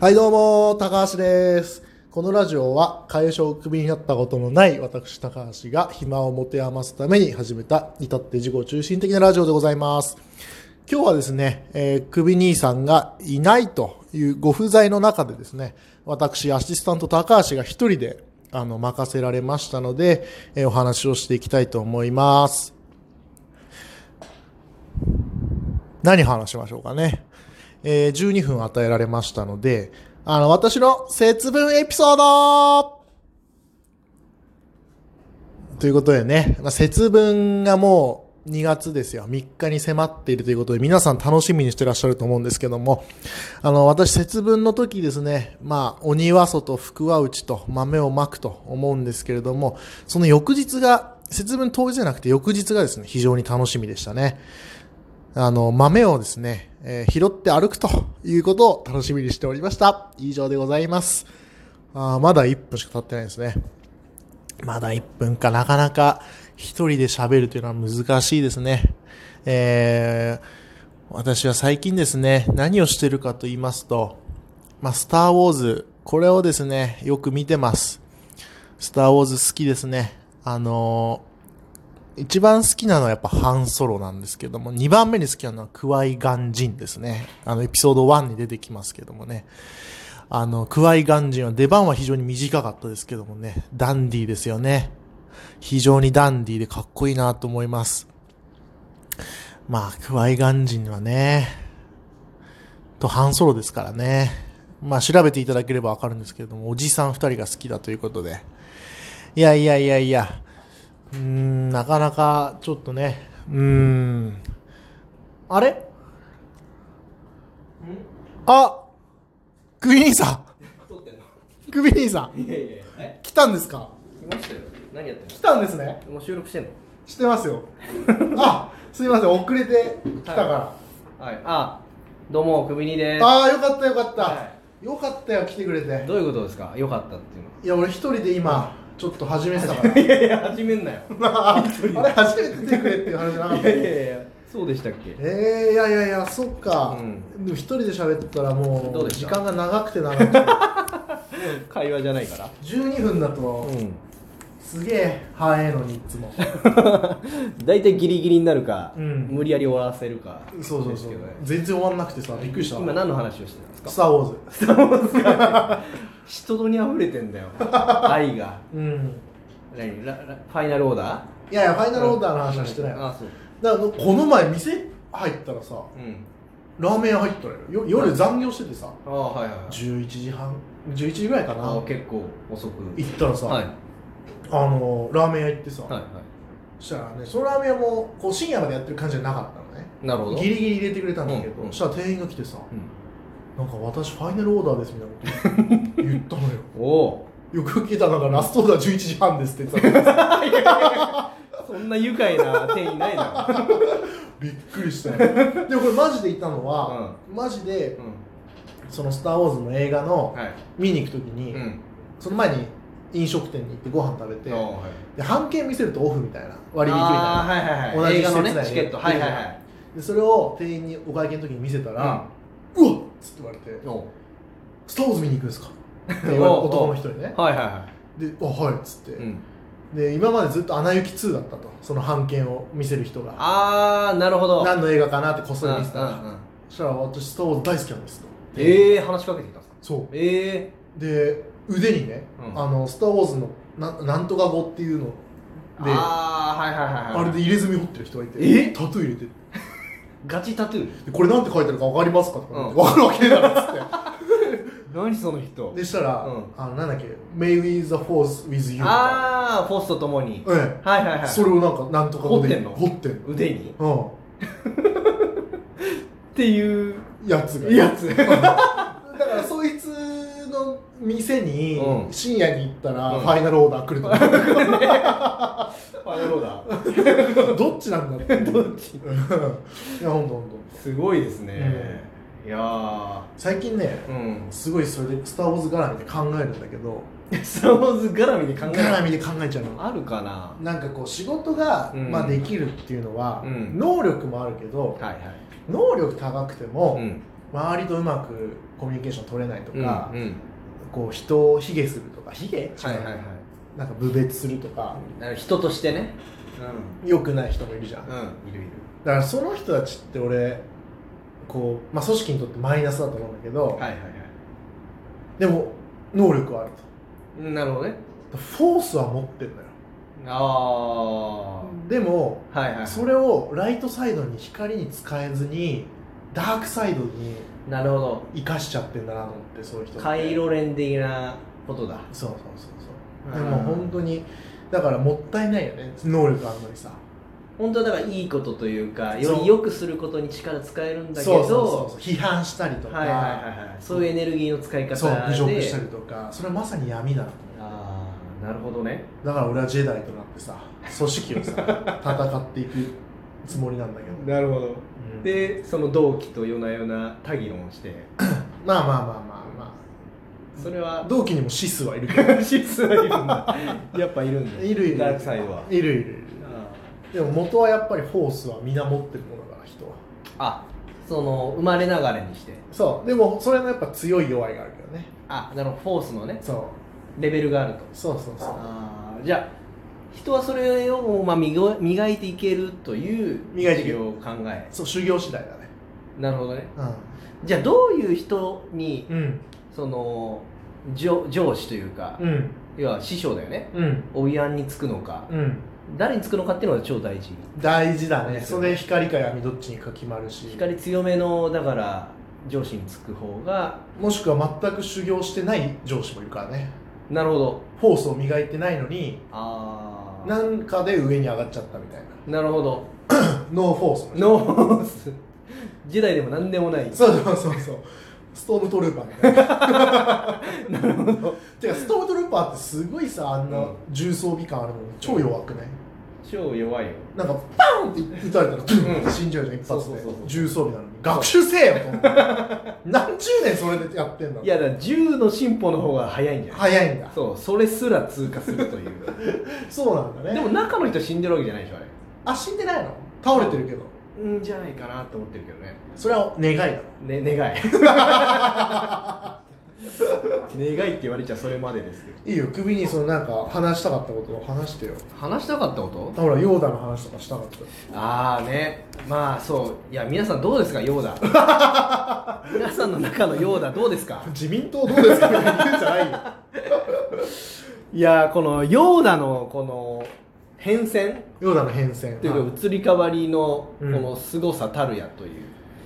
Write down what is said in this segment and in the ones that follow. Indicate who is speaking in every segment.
Speaker 1: はいどうも高橋ですこのラジオは会社をクビになったことのない私高橋が暇を持て余すために始めた至って自己中心的なラジオでございます今日はですね、えー、クビ兄さんがいないというご不在の中でですね私アシスタント高橋が一人であの任せられましたので、えーお話をしていきたいと思います何話しましょうかね。えー12分与えられましたので、あの、私の節分エピソードということでね、まあ、節分がもう2月ですよ。3日に迫っているということで、皆さん楽しみにしてらっしゃると思うんですけども、あの、私節分の時ですね、まあ、鬼は外、福は内と豆をまくと思うんですけれども、その翌日が、節分当日じゃなくて翌日がですね、非常に楽しみでしたね。あの、豆をですね、えー拾って歩くということを楽しみにしておりました。以上でございます。あーまだ1分しか経ってないですね。まだ1分か、なかなか一人で喋るというのは難しいですね。えー、私は最近ですね、何をしてるかと言いますと、まあ、スターウォーズ、これをですね、よく見てます。スターウォーズ好きですね。あのー一番好きなのはやっぱハンソロなんですけども、二番目に好きなのはクワイガンジンですね。あの、エピソード1に出てきますけどもね。あの、クワイガンジンは出番は非常に短かったですけどもね、ダンディーですよね。非常にダンディーでかっこいいなと思います。まあ、クワイガンジンはね、とハンソロですからね。まあ、調べていただければわかるんですけれども、おじさん二人が好きだということで。いやいやいやいや、うーん、なかなかちょっとね、うーん。あれあクビ兄 さ
Speaker 2: 撮ってんの
Speaker 1: んクビ兄さん
Speaker 2: いやいやいやえ
Speaker 1: 来たんですか
Speaker 2: 来ましたよ何やって
Speaker 1: 来たんですね
Speaker 2: んのもう収録してんの
Speaker 1: 知ってます よ。あすいません、遅れて来たから。
Speaker 2: はいあどうもクビニです
Speaker 1: ああ、よかったよかった、
Speaker 2: は
Speaker 1: よかったよ、来てくれて。
Speaker 2: どういうことですかよかったっていうの
Speaker 1: いや、俺一人で今、ちょっと始めてたから。
Speaker 2: いやいや始めんなよ
Speaker 1: あれ、初めて来てくれっていう話じゃなかっ
Speaker 2: い
Speaker 1: た
Speaker 2: やいやいやそうでしたっけ
Speaker 1: えー、いやいやいやそっか、
Speaker 2: うん
Speaker 1: でも一人で喋ったらも
Speaker 2: どう
Speaker 1: う
Speaker 2: でし
Speaker 1: 時
Speaker 2: た
Speaker 1: 間が長くて長く て
Speaker 2: 会話じゃないから
Speaker 1: 12分だと
Speaker 2: う
Speaker 1: すげえ早いのにいつも
Speaker 2: ん大体ギリギリになるか、
Speaker 1: うん
Speaker 2: 無理やり終わらせるか
Speaker 1: そうそうそう、
Speaker 2: ですけどね
Speaker 1: 全然終わんなくてさびっくりした
Speaker 2: 今何の話をしてたんですか
Speaker 1: スター・ウォーズ
Speaker 2: 人とに溢れてんだよ 愛が
Speaker 1: うん
Speaker 2: 何ララファイナルオーダー
Speaker 1: いやいやファイナルオーダーの話はしてない、
Speaker 2: あそう
Speaker 1: だからこの前店入ったらさ
Speaker 2: うん
Speaker 1: ラーメン屋入ったのよよ夜残業しててさ
Speaker 2: あはいはいはい
Speaker 1: 11時半11時ぐらいかな
Speaker 2: あ
Speaker 1: 行
Speaker 2: 結構遅く
Speaker 1: ったらさ、
Speaker 2: はい
Speaker 1: あのラーメン屋行ってさ、
Speaker 2: はいは
Speaker 1: そしたらねそのラーメン屋もこう深夜までやってる感じじゃなかったのね
Speaker 2: いなるほど
Speaker 1: ギリギリ入れてくれたんだけど、
Speaker 2: うんうん
Speaker 1: そしたら店員が来てさ
Speaker 2: う
Speaker 1: 「
Speaker 2: ん
Speaker 1: なんか私ファイナルオーダーです」みたいなこと言 ったのよ
Speaker 2: おお
Speaker 1: よく聞いたのがラストオーダー11時半ですって言って た
Speaker 2: そんな愉快な店員ないな
Speaker 1: びっくりしたよでもこれマジで言ったのは、マジで
Speaker 2: う
Speaker 1: その「スター・ウォーズ」の映画
Speaker 2: ん
Speaker 1: の
Speaker 2: はい
Speaker 1: 見に行く時に、
Speaker 2: ん
Speaker 1: その前に飲食店に行ってご飯食べて、
Speaker 2: はい
Speaker 1: で半券見せるとオフみたいな割引みたい
Speaker 2: あ
Speaker 1: な
Speaker 2: ーはいはい
Speaker 1: 同
Speaker 2: はい
Speaker 1: じ
Speaker 2: 映画のね
Speaker 1: 施設内で
Speaker 2: チケットはいはいはい
Speaker 1: でそれを店員にお会計の時に見せたら「うわっ!」つって言われて
Speaker 2: うんお
Speaker 1: 「スター・ウォーズ見に行くんですか?」って言われて
Speaker 2: おうおう
Speaker 1: 男の人にね
Speaker 2: はいはいは
Speaker 1: で「あはい」っつって、
Speaker 2: いうん
Speaker 1: で今までずっと「アナ雪2」だったとその版権を見せる人が
Speaker 2: あーなるほど
Speaker 1: 何の映画かなってこっそ
Speaker 2: うん
Speaker 1: り
Speaker 2: うん
Speaker 1: 見
Speaker 2: う
Speaker 1: せたら
Speaker 2: ん
Speaker 1: そしたら私「スター・ウォーズ大好きなんです」と
Speaker 2: ええ話しかけてきたんですか
Speaker 1: そ
Speaker 2: え
Speaker 1: うで腕にね「
Speaker 2: うん
Speaker 1: あのスター・ウォーズのな」なんとか語っていうので
Speaker 2: えああはいはいはい
Speaker 1: あ
Speaker 2: はい
Speaker 1: れで入れ墨彫ってる人がいて
Speaker 2: え
Speaker 1: タトゥー入れて
Speaker 2: ガチタトゥー
Speaker 1: でこれなんて書いてあるか分かりますか?」とか言って「
Speaker 2: う
Speaker 1: 分かるわけねえだろ」っつって
Speaker 2: 何その 人
Speaker 1: でしたら
Speaker 2: うん
Speaker 1: 「あのなんだっけ May we the force with you」
Speaker 2: ああフォスとともに
Speaker 1: え
Speaker 2: はいはいは
Speaker 1: え
Speaker 2: い
Speaker 1: それをなんかなんとか語で
Speaker 2: 彫ってんの
Speaker 1: 彫ってんの
Speaker 2: 腕にっていう
Speaker 1: うんやつが
Speaker 2: やつ
Speaker 1: だからそいつの店に
Speaker 2: うん
Speaker 1: 深夜に行ったら
Speaker 2: うん
Speaker 1: ファイナルオーダー来ると思
Speaker 2: ファイナルオー ダー
Speaker 1: う、どっちなんだってどっちいやほんとほんと
Speaker 2: すごいですね、いやー
Speaker 1: 最近ね
Speaker 2: うん
Speaker 1: すごいそれで「スター・ウォーズ」絡みで考えるんだけど
Speaker 2: スター・ウォーズ絡みで考え
Speaker 1: 絡
Speaker 2: る
Speaker 1: みで考えちゃうの
Speaker 2: あるかな
Speaker 1: なんかこう仕事が、
Speaker 2: うん
Speaker 1: まあ、できるっていうのは、
Speaker 2: うん
Speaker 1: 能力もあるけど
Speaker 2: はいはい
Speaker 1: 能力高くても、
Speaker 2: うん
Speaker 1: 周りとうまくコミュニケーション取れないとか、
Speaker 2: うんうん
Speaker 1: こう人を卑下するとか卑下違う、
Speaker 2: はいはいはい
Speaker 1: なんか侮蔑するとか
Speaker 2: だから人としてね
Speaker 1: 良くない人もいるじゃん、
Speaker 2: う
Speaker 1: だ
Speaker 2: んうんいるいる
Speaker 1: からその人たちって俺こう、まあ、組織にとってマイナスだと思うんだけど、
Speaker 2: はいはいは
Speaker 1: でも能力はある
Speaker 2: いなるほどね
Speaker 1: とフォースは持ってるのよ
Speaker 2: あ
Speaker 1: でも
Speaker 2: あはいはいはい
Speaker 1: それをライトサイドに光に使えずにダークサイドに
Speaker 2: なるほど
Speaker 1: 生かしちゃってんだなと思ってそういう人って
Speaker 2: 回路連的なことだ
Speaker 1: そうそうそうそうで
Speaker 2: うん
Speaker 1: も本当にだからもったいないよね能力あんのにさ
Speaker 2: 本当はだからいいことというかよ
Speaker 1: そう
Speaker 2: り良くすることに力使えるんだけ
Speaker 1: そう
Speaker 2: ど
Speaker 1: そうそうそう批判したりとか、
Speaker 2: はいはいはいはいそういうエネルギーの使い
Speaker 1: そう
Speaker 2: 方
Speaker 1: 侮
Speaker 2: で
Speaker 1: 辱したりとかそれはまさに闇だなと思
Speaker 2: ああなるほどね
Speaker 1: うだから俺はジェダイとなってさ組織をさ戦っていくつもりなんだけど、
Speaker 2: なるほど
Speaker 1: うん
Speaker 2: でその同期と夜な夜な多議論して
Speaker 1: まあまあまあまあま
Speaker 2: それは
Speaker 1: あ 同期にもシスはいるけど
Speaker 2: シスはいるんだやっぱいるんだ
Speaker 1: いるいる
Speaker 2: ダークサイドはい
Speaker 1: るいるいるでも元はやっぱりフォースは皆持ってるものだから人は
Speaker 2: あその生まれながらにして
Speaker 1: そうでもそれのやっぱ強い弱いがあるけどね
Speaker 2: あなるほどフォースのね
Speaker 1: そう
Speaker 2: レベルがあると
Speaker 1: そうそうそう
Speaker 2: あーじゃあ人はそれを、まあ、磨磨いていけるという
Speaker 1: 磨いていける
Speaker 2: を考え
Speaker 1: そう修行次第だね
Speaker 2: なるほどねじゃあどういう人に
Speaker 1: うんうん
Speaker 2: その上上司というか、
Speaker 1: うん
Speaker 2: 要は師匠だよね
Speaker 1: うん
Speaker 2: おいんにつくのか
Speaker 1: うん
Speaker 2: 誰につくのかっていうのが超大事
Speaker 1: 大事だね
Speaker 2: です
Speaker 1: そ
Speaker 2: よ
Speaker 1: れ
Speaker 2: ね
Speaker 1: 光か闇どっちにか決まるし
Speaker 2: 光強めのだから上司につく方が
Speaker 1: もしくは全く修行してない上司もいるからね
Speaker 2: なるほど
Speaker 1: フォースを磨いてないのに
Speaker 2: ああ
Speaker 1: なんかで上に上がっちゃったみたいな
Speaker 2: なるほど
Speaker 1: ノーフォースの人
Speaker 2: ノース時代でも何でもない
Speaker 1: そうそうそうそうストームトルーパーみたいな
Speaker 2: なるほど
Speaker 1: てかストームトルーパーってすごいさあんな重装備感あるのに超弱くない
Speaker 2: 超弱いよ
Speaker 1: なんかパーンって撃たれたらドゥンって死んじゃうじゃん一
Speaker 2: そう
Speaker 1: 発
Speaker 2: そう
Speaker 1: で
Speaker 2: そうそう
Speaker 1: 重装備なのに学習せえよと思って何十年それでやってんだ
Speaker 2: いやだから銃の進歩の方が早いんじゃない
Speaker 1: 早いんだ
Speaker 2: そうそれすら通過するという
Speaker 1: そうなんだね
Speaker 2: でも中の人死んでるわけじゃないでしょあれ
Speaker 1: あ死んでないの倒れてるけど
Speaker 2: うんじゃないかなと思ってるけどね
Speaker 1: それは願いだろ
Speaker 2: ね 願い願いって言われちゃそれまでですけど
Speaker 1: いいよ首にそのなんか話したかったことを話してよ
Speaker 2: 話したかったこと
Speaker 1: ほらヨーダの話とかしたかったよ
Speaker 2: ああねまあそういや皆さんどうですかヨー ダ皆さんの中のヨーダどうですか
Speaker 1: 自民党どうですかって言うんじゃないよ
Speaker 2: いやーこのヨーダのこの変遷
Speaker 1: ヨーダの変遷
Speaker 2: というか移り変わりのこ
Speaker 1: うん
Speaker 2: の凄さたるやという、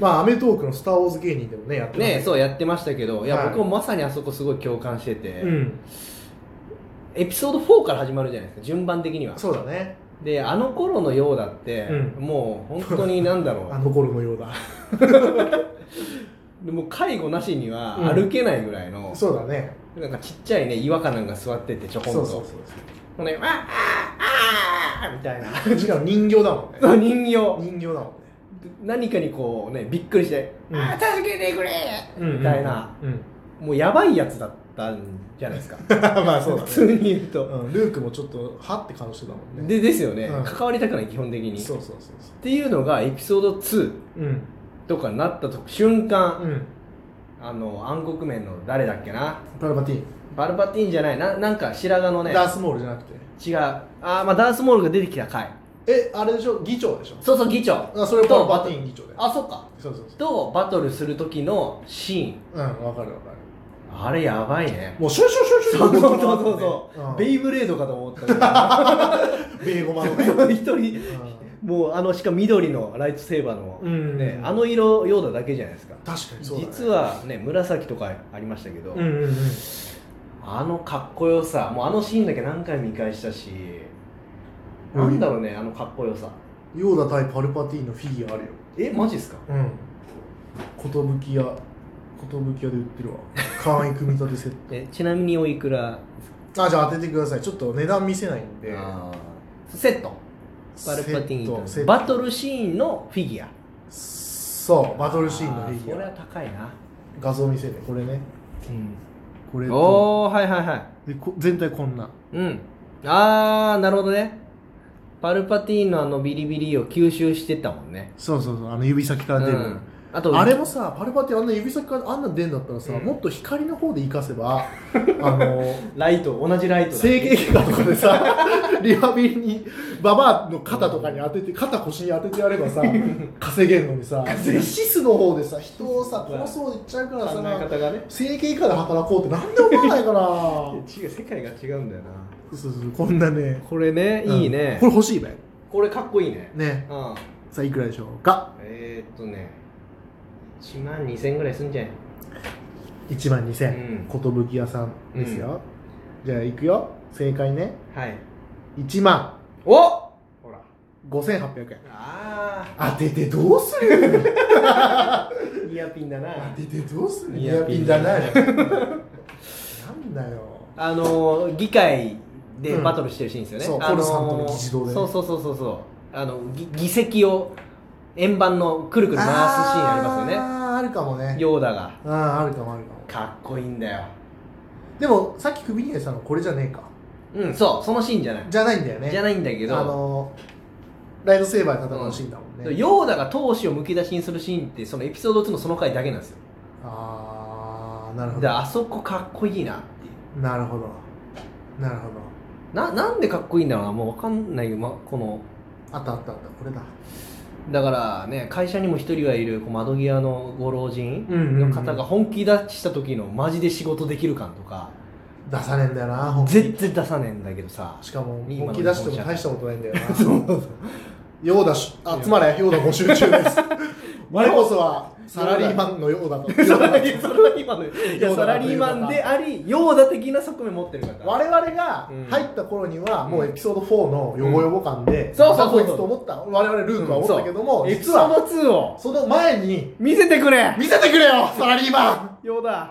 Speaker 1: まあアメトークの「スター・ウォーズ」芸人でもねやって
Speaker 2: ね
Speaker 1: う
Speaker 2: そうやってましたけどいや、
Speaker 1: はい
Speaker 2: 僕もまさにあそこすごい共感してて、
Speaker 1: うん
Speaker 2: エピソード4から始まるじゃないですか順番的には
Speaker 1: そうだね
Speaker 2: であの頃のヨーダって、
Speaker 1: うん
Speaker 2: もう本当になんだろ
Speaker 1: あの頃のヨーダ
Speaker 2: うでもう介護なしには
Speaker 1: うん
Speaker 2: 歩けないぐらいの、
Speaker 1: そうだね
Speaker 2: なんかちっちゃいね違和感なんか座っててちょこん
Speaker 1: そ
Speaker 2: と
Speaker 1: うそうそう
Speaker 2: もうねわああああみたいな
Speaker 1: しかも人形だもんね
Speaker 2: そう人形
Speaker 1: 人形だもんね
Speaker 2: 何かにこうねびっくりして「
Speaker 1: うん
Speaker 2: ああ助けてくれ!」みたいな、
Speaker 1: うん
Speaker 2: もうやばいやつだったんじゃないですか
Speaker 1: まあ そうだ
Speaker 2: 普
Speaker 1: ね
Speaker 2: 通に言うと、
Speaker 1: うんルークもちょっとはって感じしてたもんね
Speaker 2: でですよね、
Speaker 1: うん
Speaker 2: 関わりたくない基本的に
Speaker 1: そ
Speaker 2: っ
Speaker 1: うそうそうそ
Speaker 2: ていうのがエピソード2
Speaker 1: ううん
Speaker 2: とかになったと瞬間、
Speaker 1: うん
Speaker 2: あの暗黒面の誰だっけな
Speaker 1: パルパティーン、
Speaker 2: バルバティーンじゃないななんか白髪のね
Speaker 1: ダースモールじゃなくて
Speaker 2: 違うあー、まあ、ダースモールが出てきた回
Speaker 1: えあれでしょ議長でしょ
Speaker 2: そうそう議長
Speaker 1: あそれパ
Speaker 2: と
Speaker 1: ルパ
Speaker 2: バ
Speaker 1: テ
Speaker 2: ト
Speaker 1: ィーン議長だよ
Speaker 2: あそっか
Speaker 1: そうそうそう
Speaker 2: とバトルする時のシ
Speaker 1: う
Speaker 2: ーン
Speaker 1: んわかるわかる
Speaker 2: あれやばいね
Speaker 1: もうシュシュシュシュ
Speaker 2: そうそうそうそうそう、
Speaker 1: うん
Speaker 2: ベイブレードかと思った けど
Speaker 1: ベーゴマのね
Speaker 2: 一人もうあのしかも緑のライトセーバー の、
Speaker 1: うん
Speaker 2: ね、あの色ヨーダだけじゃないですか
Speaker 1: 確かにそうだね
Speaker 2: 実はね紫とかありましたけど、
Speaker 1: うんうんうん
Speaker 2: あのかっこよさもうあのシーンだけ何回も見返したし、
Speaker 1: うん
Speaker 2: なんだろうねあのかっこよさ
Speaker 1: ヨーダ対パルパティーンのフィギュアあるよ
Speaker 2: えマジですか
Speaker 1: うん寿屋寿屋で売ってるわ簡易組み立てセッ
Speaker 2: えちなみにおいくら
Speaker 1: トあ じゃあ当ててくださいちょっと値段見せないんで
Speaker 2: あーセットバルパティーン
Speaker 1: セッ
Speaker 2: と
Speaker 1: ト
Speaker 2: バトルシーンのフィギュア
Speaker 1: そうバトルシーンのフィギ
Speaker 2: あーそれは
Speaker 1: ュア
Speaker 2: 高いな、
Speaker 1: 画像見せるねこれねこれと
Speaker 2: おおはいはいはい
Speaker 1: でこ全体こんな
Speaker 2: うんああなるほどねパルパティーンのあのビリビリを吸収してたもんね
Speaker 1: そうそうそうあの指先から出る、
Speaker 2: うんあと
Speaker 1: あれもさパルパティンあんな指先からあんな出んだったらさ、
Speaker 2: うん
Speaker 1: もっと光の方で生かせ ばあの
Speaker 2: ライト同じライトだ
Speaker 1: 整形外科とかでさ リハビリにババアの肩とかに当てて肩腰に当ててやれば さ稼げんのにさ
Speaker 2: 稼げ
Speaker 1: 実質の方でさ人をさ殺そうでいっちゃうから
Speaker 2: 考
Speaker 1: さ
Speaker 2: え方がね
Speaker 1: 整形外科で働こうってなんで思わない か
Speaker 2: い
Speaker 1: な
Speaker 2: や違う世界が違うんだよな
Speaker 1: そうそうこんなね
Speaker 2: これねいいね、
Speaker 1: うんこれ欲しいべ
Speaker 2: これかっこいいね
Speaker 1: ね
Speaker 2: うん
Speaker 1: さあいくらでしょうか
Speaker 2: えー、っとね1万2000ぐらいすんじゃん
Speaker 1: 1万
Speaker 2: うん
Speaker 1: 2000寿屋さんですよ、じゃあいくよ正解ね
Speaker 2: はい
Speaker 1: 1万
Speaker 2: おほら
Speaker 1: 5800円
Speaker 2: あ
Speaker 1: 当ててどうする
Speaker 2: あイヤピンだな
Speaker 1: 当ててどうする
Speaker 2: ニアピンだな
Speaker 1: ニアピンだななんだよ
Speaker 2: あのー議会で
Speaker 1: うん
Speaker 2: バトルしてるシーンですよね、
Speaker 1: そう
Speaker 2: あのー
Speaker 1: ポルさんとの議事堂でね
Speaker 2: そうそうそうそうそうあの議議席を円盤のくるくる回すシーンありますよね
Speaker 1: あーあるかもね
Speaker 2: ヨーダが
Speaker 1: あああるかもあるかも
Speaker 2: かっこいいんだよ
Speaker 1: でもさっき首に入れてたのこれじゃねえか
Speaker 2: うんそうそのシーンじゃない
Speaker 1: じゃないんだよね
Speaker 2: じゃないんだけど
Speaker 1: あのライドセーバーで戦うシーンだもんね、
Speaker 2: ヨーダが闘志をむき出しにするシーンってそのエピソード2のその回だけなんですよ
Speaker 1: ああなるほ
Speaker 2: で
Speaker 1: ど
Speaker 2: あそこかっこいいな
Speaker 1: なるほどなるほど
Speaker 2: ななんでかっこいいんだろうなもう分かんないよ、ま、この
Speaker 1: あったあったあったこれだ
Speaker 2: だからね会社にも一人はいるこう窓際のご老人
Speaker 1: うんうんう
Speaker 2: の
Speaker 1: ん
Speaker 2: 方が本気出した時のマジで仕事できる感とか
Speaker 1: 出さねえんだよな本気
Speaker 2: 絶対出さねえんだけど さ
Speaker 1: しかも
Speaker 2: 今の
Speaker 1: 本気出しても大したことないんだよな
Speaker 2: そうそう
Speaker 1: ヨーダしあつまりヨーダ募集中です 我こそはサラリーマンのヨーダ と
Speaker 2: サラリーマンのい
Speaker 1: ヨー
Speaker 2: や
Speaker 1: ダだというか
Speaker 2: サラリーマンでありヨーダ的な側面持ってる 方
Speaker 1: 我々が
Speaker 2: うん
Speaker 1: 入った頃にはもうエピソード4のヨボヨボ感で、
Speaker 2: んそうそうそ
Speaker 1: なん
Speaker 2: う
Speaker 1: だこいつと思った我々ルークは思ったけども、
Speaker 2: うんそうエピ
Speaker 1: 実
Speaker 2: ソー
Speaker 1: は
Speaker 2: ド2を
Speaker 1: その前に
Speaker 2: 見せてくれ
Speaker 1: 見せてくれよサラリーマン
Speaker 2: ヨーダ